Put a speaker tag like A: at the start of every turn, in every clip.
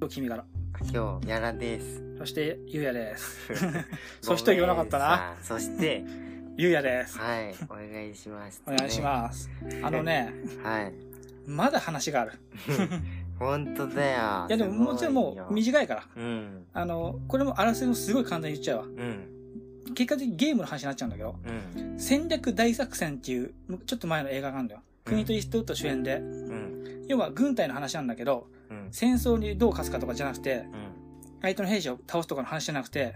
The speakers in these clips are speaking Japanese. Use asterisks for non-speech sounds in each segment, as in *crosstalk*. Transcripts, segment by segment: A: 今日君から。
B: 今日、やらです。
A: そして、ゆうやです。そして言わなかったな
B: ごめんさ。そして、
A: ゆうやです。
B: はい、お願いします、
A: お願いします。あのね、
B: す。はい。
A: まだ話がある。
B: 本当だよ。
A: いやでも、もちろんもう
B: い。
A: 短いから。
B: うん。
A: あの、これもあらすじもすごい簡単に言っちゃうわ。
B: うん。
A: 結果的にゲームの話になっちゃうんだけど、
B: うん。
A: 戦略大作戦っていう、ちょっと前の映画があるんだよ。国とイーストウッド主演で。
B: うん。
A: 要は軍隊の話なんだけど、
B: うん。
A: 戦争にどう勝つかとかじゃなくて、
B: うん。
A: 相手の兵士を倒すとかの話じゃなくて、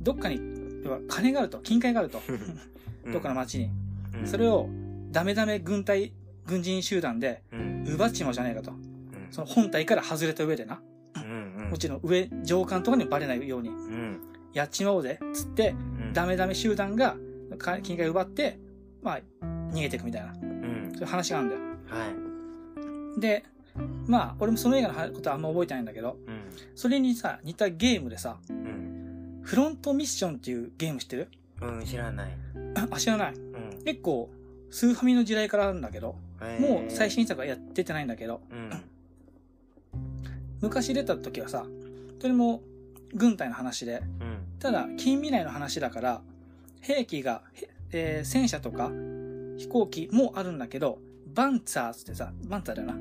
A: どっかに、要は金があると、金塊があると。
B: うん
A: どっかの町に。
B: うん
A: それ、を、ダメダメ軍隊、軍人集団で
B: うん。
A: 奪っちまうじゃねえかと。
B: うん
A: その本体から外れた上でな。
B: うん。
A: もちろん上、上官とかにバレないように、
B: うん。
A: やっちまおうぜ、つって、
B: うん。
A: ダメダメ集団が、か金塊奪って、まあ、逃げていくみたいな、そ
B: うん。
A: ういう話があるんだよ。
B: はい。
A: で、まあ、俺もその映画のことはあんま覚えてないんだけど、
B: うん。
A: それにさ、似たゲームでさ、
B: うん。
A: フロントミッションっていうゲーム知ってる *coughs*
B: うん、知らない。
A: あ、知らない。
B: うん。
A: 結構、スーファミの時代からあるんだけど、
B: へー
A: もう最。新作はやっててないんだけど、
B: うん。
A: 昔出た時はさ、それも軍隊の話で、
B: うん。
A: ただ近未来の話だから、兵器が、へえー戦車とか飛行機もあるんだけど、バンツァーっつってさ、バンツァーだよな。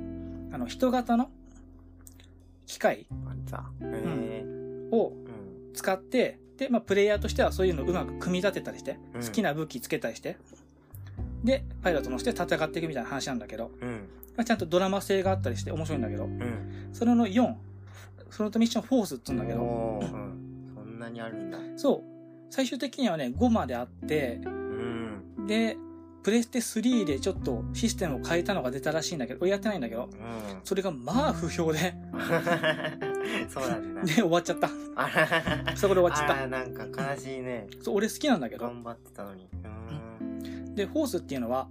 A: あの、人型の機械
B: あんた。へー
A: を
B: うん。
A: 使って、で、まあ、プレイヤーとしてはそういうのをうまく組み立てたりして、
B: う
A: 好
B: ん
A: きな武器つけたりして、で、パイロットのして戦っていくみたいな話なんだけど、
B: うん。
A: まあちゃんとドラマ性があったりして面白いんだけど、
B: うん。
A: それの4、フロントミッションフォースっつうんだけど、
B: おーうん。そんなにあるんだ。
A: そう、最終的にはね、5まであって、
B: うん。
A: で、プレステ3でちょっとシステムを変えたのが出たらしいんだけど、俺やってないんだけど、
B: うん。
A: それがまあ不評で、 *laughs*
B: そうなんだ。
A: で、終わっちゃった。
B: あら。
A: そこで終わっちゃ
B: あ
A: った
B: ら、なんか悲しいね。
A: そう、俺好きなんだけど、
B: 頑張ってたのに。うん。
A: で、フォースっていうのは、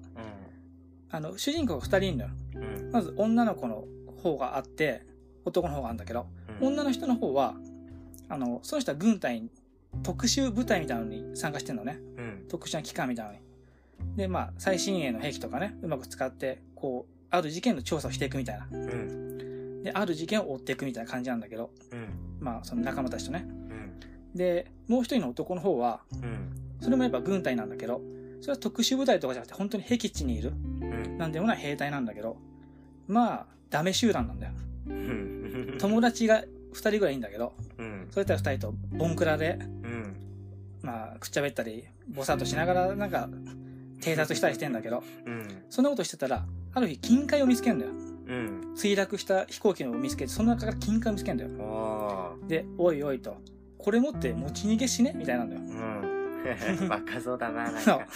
A: あの、主人公が2人いるのよ。
B: うん。うん。
A: まず女の子の方があって、男の方があるんだけど、女の人の方は、あの、その人は軍隊に、特殊部隊みたいなのに参加してんのね。
B: うん。
A: 特殊な機関みたいなのに。で、まあ、最新鋭の兵器とかね、うまく使って、こう、ある事件の調査をしていくみたいな。
B: うん。うん。
A: で、ある事件を追っていくみたいな感じなんだけど、
B: うん。
A: まあ、その仲間たちとね。
B: うん。
A: で、もう一人の男の方は、
B: うん。
A: それもやっぱ軍隊なんだけど、それは特殊部隊とかじゃなくて、本当に僻地にいる、
B: うん。
A: なんでもない兵隊なんだけど、まあ、ダメ集団なんだよ。
B: うん。
A: 友達が二人ぐらいいるんだけど、
B: うん。
A: それたら二人とボンクラで、
B: うん。
A: まあ、くっちゃべったり、ぼさっとしながら、なんか、偵察したりしてんだけど、
B: うん。
A: そんなことしてたら、ある日、金塊を見つけんだよ。
B: うん。
A: 墜落した飛行機を見つけて、その中から金塊を見つけんだよ。
B: おー。
A: で、おいおいと、これ持って持ち逃げしねみたいなんだよ。
B: うん。若そうだな、なん
A: そう
B: か。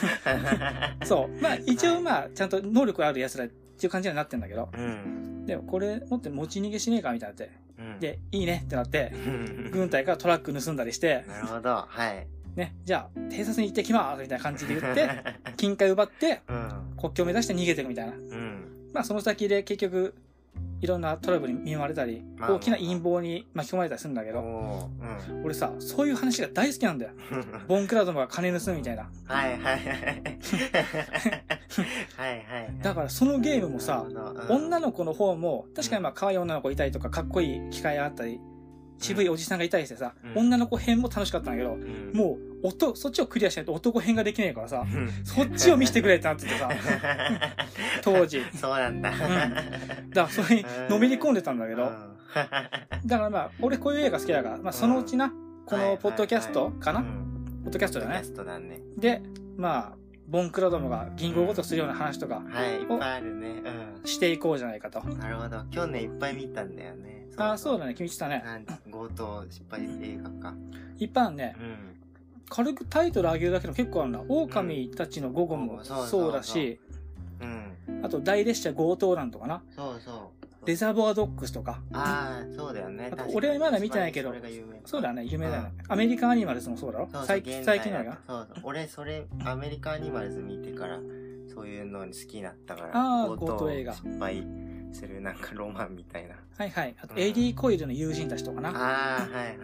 A: そう。まあ、一応まあ、ちゃんと能力ある奴らっていう感じにはなってんだけど、
B: うん。
A: でもこれ持って持ち逃げしねえかみたいになって、
B: うん。
A: で、いいねってなって
B: う、ん、
A: 軍隊からトラック盗んだりして、
B: なるほど、はい。
A: ね、じゃあ、偵察に行ってきますみたいな感じで言
B: *laughs*
A: って、金塊奪って、
B: うん。
A: 国境を目指して逃げていくみたいな。
B: うん。
A: まあ、その先で結局、いろんなトラブルに見舞われたり、
B: まあ
A: 大きな陰謀に巻き込まれたりするんだけ
B: お
A: ど、
B: おー。うん。
A: 俺さ、そういう話が大好きなんだよ。ボンクラどもが金盗むみたいな。
B: はいはいはい。はいはい。
A: だからそのゲームもさ、女
B: の
A: の子の方も、確かにまあ可愛い女の子いたりとか、かっこいい機械があったり、渋いおじさんがいたりしてさ、
B: うん
A: 女の子編も楽しかったんだけど、
B: も
A: もう、音、そっちをクリアしないと男編ができないからさ、
B: うん、
A: そっちを見せてくれってなっててさ、
B: *laughs*
A: 当時。
B: そうなんだ。
A: だからそれにのめり込んでたんだけ
B: う
A: ど、
B: ん
A: だからまあ、俺こういう映画好きだから、まあそのうちな、このポッドキャストかな、
B: うん
A: ポッドキャス
B: ポ
A: ト
B: ッ
A: だよ
B: ドキャ
A: ね。
B: ストだね。
A: で、まあ、ボンクラどもが銀行ごとするような話とか
B: はい、いっぱいあるね。
A: していこうじゃないかと。
B: うん。なるほど。去年いっぱい見たんだよね。
A: ああ、そうだね、君言ってたね。
B: なん強盗失敗映画か。
A: いっぱいあるね
B: う。ん。
A: 軽くタイトル上げるだけでも結構あるな。狼たちの午後
B: う
A: も
B: んそうそう
A: そうだし、
B: うん。
A: あと大列車強盗団とかな。
B: そうそう。
A: レザーボアドッグスとか。
B: ああ、そうだよね
A: あと。
B: 確かに
A: 俺はまだ見てないけど
B: それが有名
A: そうだよね、有名だよね
B: う。
A: アメリカンアニマルズもそうだろ
B: そうそう
A: 最
B: 現代
A: 最近だよ
B: だ
A: な
B: と。そうそう俺それアメリカアニマルズ見てからそういうのに好きになったから
A: あー
B: 強
A: 強盗映画
B: 失敗するなんかロマンみたいな
A: はいはい。あと、
B: うん
A: エディ・コイルの友人たちとかな。
B: ああはいはい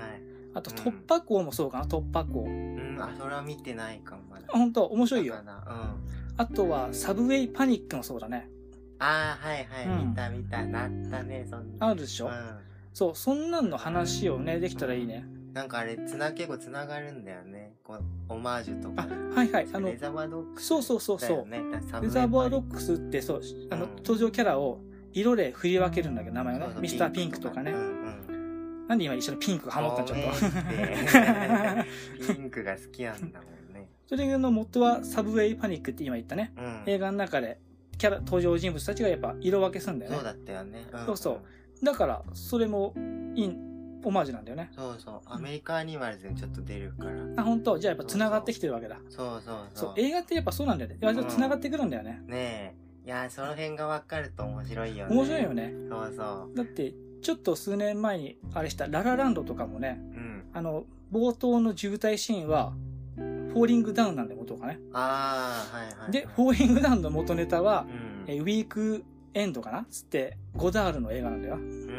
A: あと、突破口もそうかな、突破口。
B: うんあそれは見てないかもまだ
A: ほんと、面白いよ
B: だ。からうん
A: あとは、サブウェイパニックもそうだね。
B: ああはいはい、
A: うん
B: 見た見たなったねそんな
A: あるでしょ
B: う
A: そう、そんなんの話をね、できたらいいね。
B: なんかあれ、つな、結構つながるんだよね。こう、オマージュと
A: あ
B: か。、
A: はいはい。あの
B: レ、ザーバードックス
A: そうそうそう
B: だ
A: そう
B: よ。ね。だから
A: レザーバード
B: サム
A: ックスってそう、あの
B: うん、
A: 登場キャラを色で振り分けるんだけど、名前
B: エ
A: を
B: パ
A: ね
B: イそ。う
A: ミスターピンクとかね
B: う。んうん
A: なんで今一緒にピンクがハモったんちょっと。
B: ごめんってピンクが好きなんだもんね。
A: *laughs* それの元はサブウェイパニックって今言ったね。
B: うん。
A: 映画の中で、キャラ、登場人物たちがやっぱ色分けするんだよ
B: そう
A: ね。
B: だったよね。ん
A: そうそう。だから、それも、イン、オマージュなんだよね。
B: そうそう。アメリカアニマルズにちょっと出るから。
A: あ、本当じゃあやっぱ繋がってきてるわけだ。
B: そうそう
A: そ
B: そうう。、
A: 映画ってやっぱそうなんだよね。割と繋がってくるんだよね。
B: ねえ。いやー、その辺が分かると面白いよね。
A: 面白いよ。ね。
B: そうそう。
A: だって、ちょっと数年前に、あれした、ララランドとかもね、
B: うん。
A: あの、冒頭の渋滞シーンは、フォーリングダウンなんで元がね。
B: ああ、はいはい。
A: で、フォーリングダウンの元ネタは
B: う、ん。
A: えーウィークエンドかなつって、ゴダールの映画なんだよな。
B: うー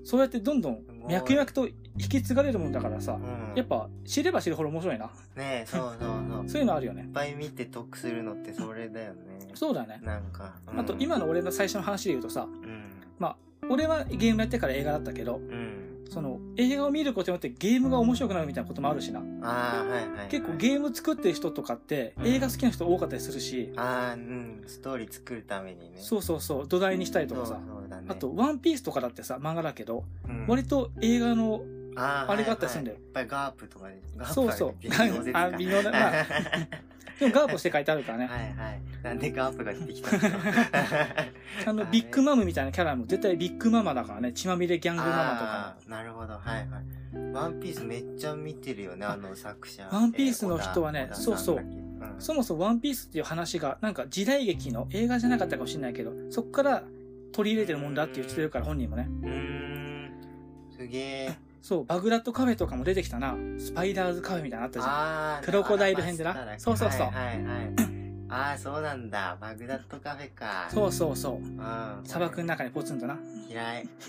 B: ん。
A: そうやってどんどん
B: すごい
A: 脈々と引き継がれるもんだからさ
B: う、ん。
A: やっぱ知れば知るほど面白いな。
B: ねえ、そうそうそう。いっ
A: そういうのあるよね。
B: ぱい見て得するのってそれだよね。
A: そうだね。
B: なんか。うん
A: あと、今の俺の最初の話で言うとさ、
B: うん。
A: 俺はゲームやってから映画だったけど、
B: うん。
A: その映画を見ることによってゲームが面白くなるみたいなこともあるしな。
B: ああ、はいはいはい。
A: 結構ゲーム作ってる人とかって映画好きな人多かったりするし、
B: ああ、うん。ストーリー作るためにね。
A: そうそうそう、土台にしたりとかさ
B: そう。そうだね。
A: あと、ワンピースとかだってさ、漫画だけど、
B: うん、
A: 割と映画の、
B: あー
A: あれがあったりするんだよ
B: はいはいいっぱいガープとかで。ガープ
A: そうそう
B: あれ微妙ですか
A: あ微妙だまあ
B: *laughs* はい
A: でもガーポして書いてあるからね、
B: はい。なんでガープが出てきたんだろ
A: *laughs*
B: う
A: あのビッグマムみたいなキャラも絶対ビッグママだからね、血まみれギャングママとか
B: あーなるほど。はいはい。ワンピースめっちゃ見てるよね、あの作者。
A: ワンピースの人はね
B: えー
A: そうそう。
B: 小田小田さんだっけ
A: ね。
B: ん
A: そもそもワンピースっていう話が、なんか時代劇の映画じゃなかったかもしれないけど、そこから取り入れてるもんだって言ってるから本人もね。
B: うーん。すげえ。
A: そう、バグラッドカフェとかも出てきたな。スパイダーズカフェみたいなのあったじゃん。
B: あー
A: クロコダイル編でな
B: アラバスタ
A: そうそうそう
B: はいはいはい。ああ、そうなんだ。バグダッドカフェか。う。
A: そうそうそう。
B: ん。
A: 砂漠の中にポツンとな。
B: 嫌い。
A: *laughs*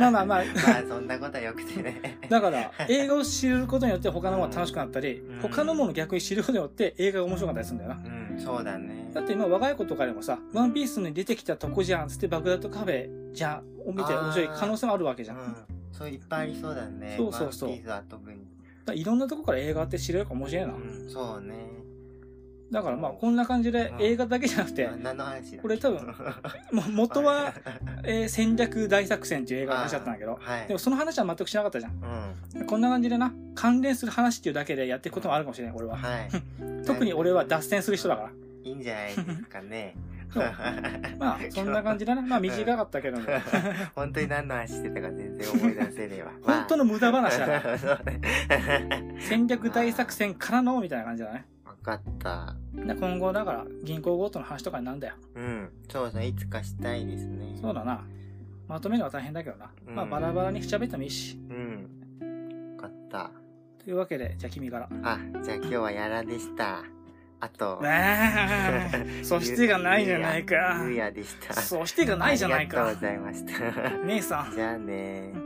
A: まあまあまあ
B: まあ、そんなことはよくてね。
A: だ *laughs* から、映画を知ることによって他のものが楽しくなったり
B: う、ん
A: 他のものを逆に知ることによって映画が面白かったりするんだよな。
B: うん、そうだね。
A: だって今、我が子とかでもさ、ワンピースに出てきたとこじゃん、つってバグダッドカフェじゃん、を見て面白い可能性もあるわけじ
B: う
A: ゃん。だか
B: ん。そう、いっぱいありそうだね。
A: そうそうそう
B: ワンピースは特に。
A: らいろんなとこから映画って知れるから面白いな。
B: うん、そうね。
A: だからまあ、こんな感じで
B: うん
A: 映画だけじゃなくて
B: あ、何の話だ、
A: これ多分、も元は、えー戦略大作戦っていう映画の話だったんだけど
B: はい
A: で。もその話は全くしなかったじゃん。
B: うん。
A: こんな感じでな、関連する話っていうだけでやっていくこともあるかもしれない、俺は。
B: はい。
A: *laughs* 特に俺は脱線する人だから。
B: いいんじゃないですかね
A: そう。
B: *laughs*
A: まあ、そんな感じだな。まあ、短かったけども。
B: 本当に何の話してたか全然思い出せねえわ。
A: 本当の無駄話だな。
B: な。 *laughs* そうね。 *laughs*
A: 戦略大作戦からの、みたいな感じだね。
B: 分かった。
A: で今後、だから、銀行強盗の話とかになんだよ。
B: うん。そうそう、いつかしたいですね。
A: そうだな。まとめるのは大変だけどな。まあ、
B: うん
A: バラバラに喋ってもいいし。
B: うん。分かった。
A: というわけで、じゃあ君
B: *laughs*
A: から。
B: あ、じゃあ今日はやらでした。あと、
A: わ
B: *laughs*
A: あ、そしてがないじゃないか
B: ゆ。うやでした。
A: そしてがないじゃない
B: あ
A: か
B: りがとう。ございました。
A: 姉さん。
B: じゃあねー。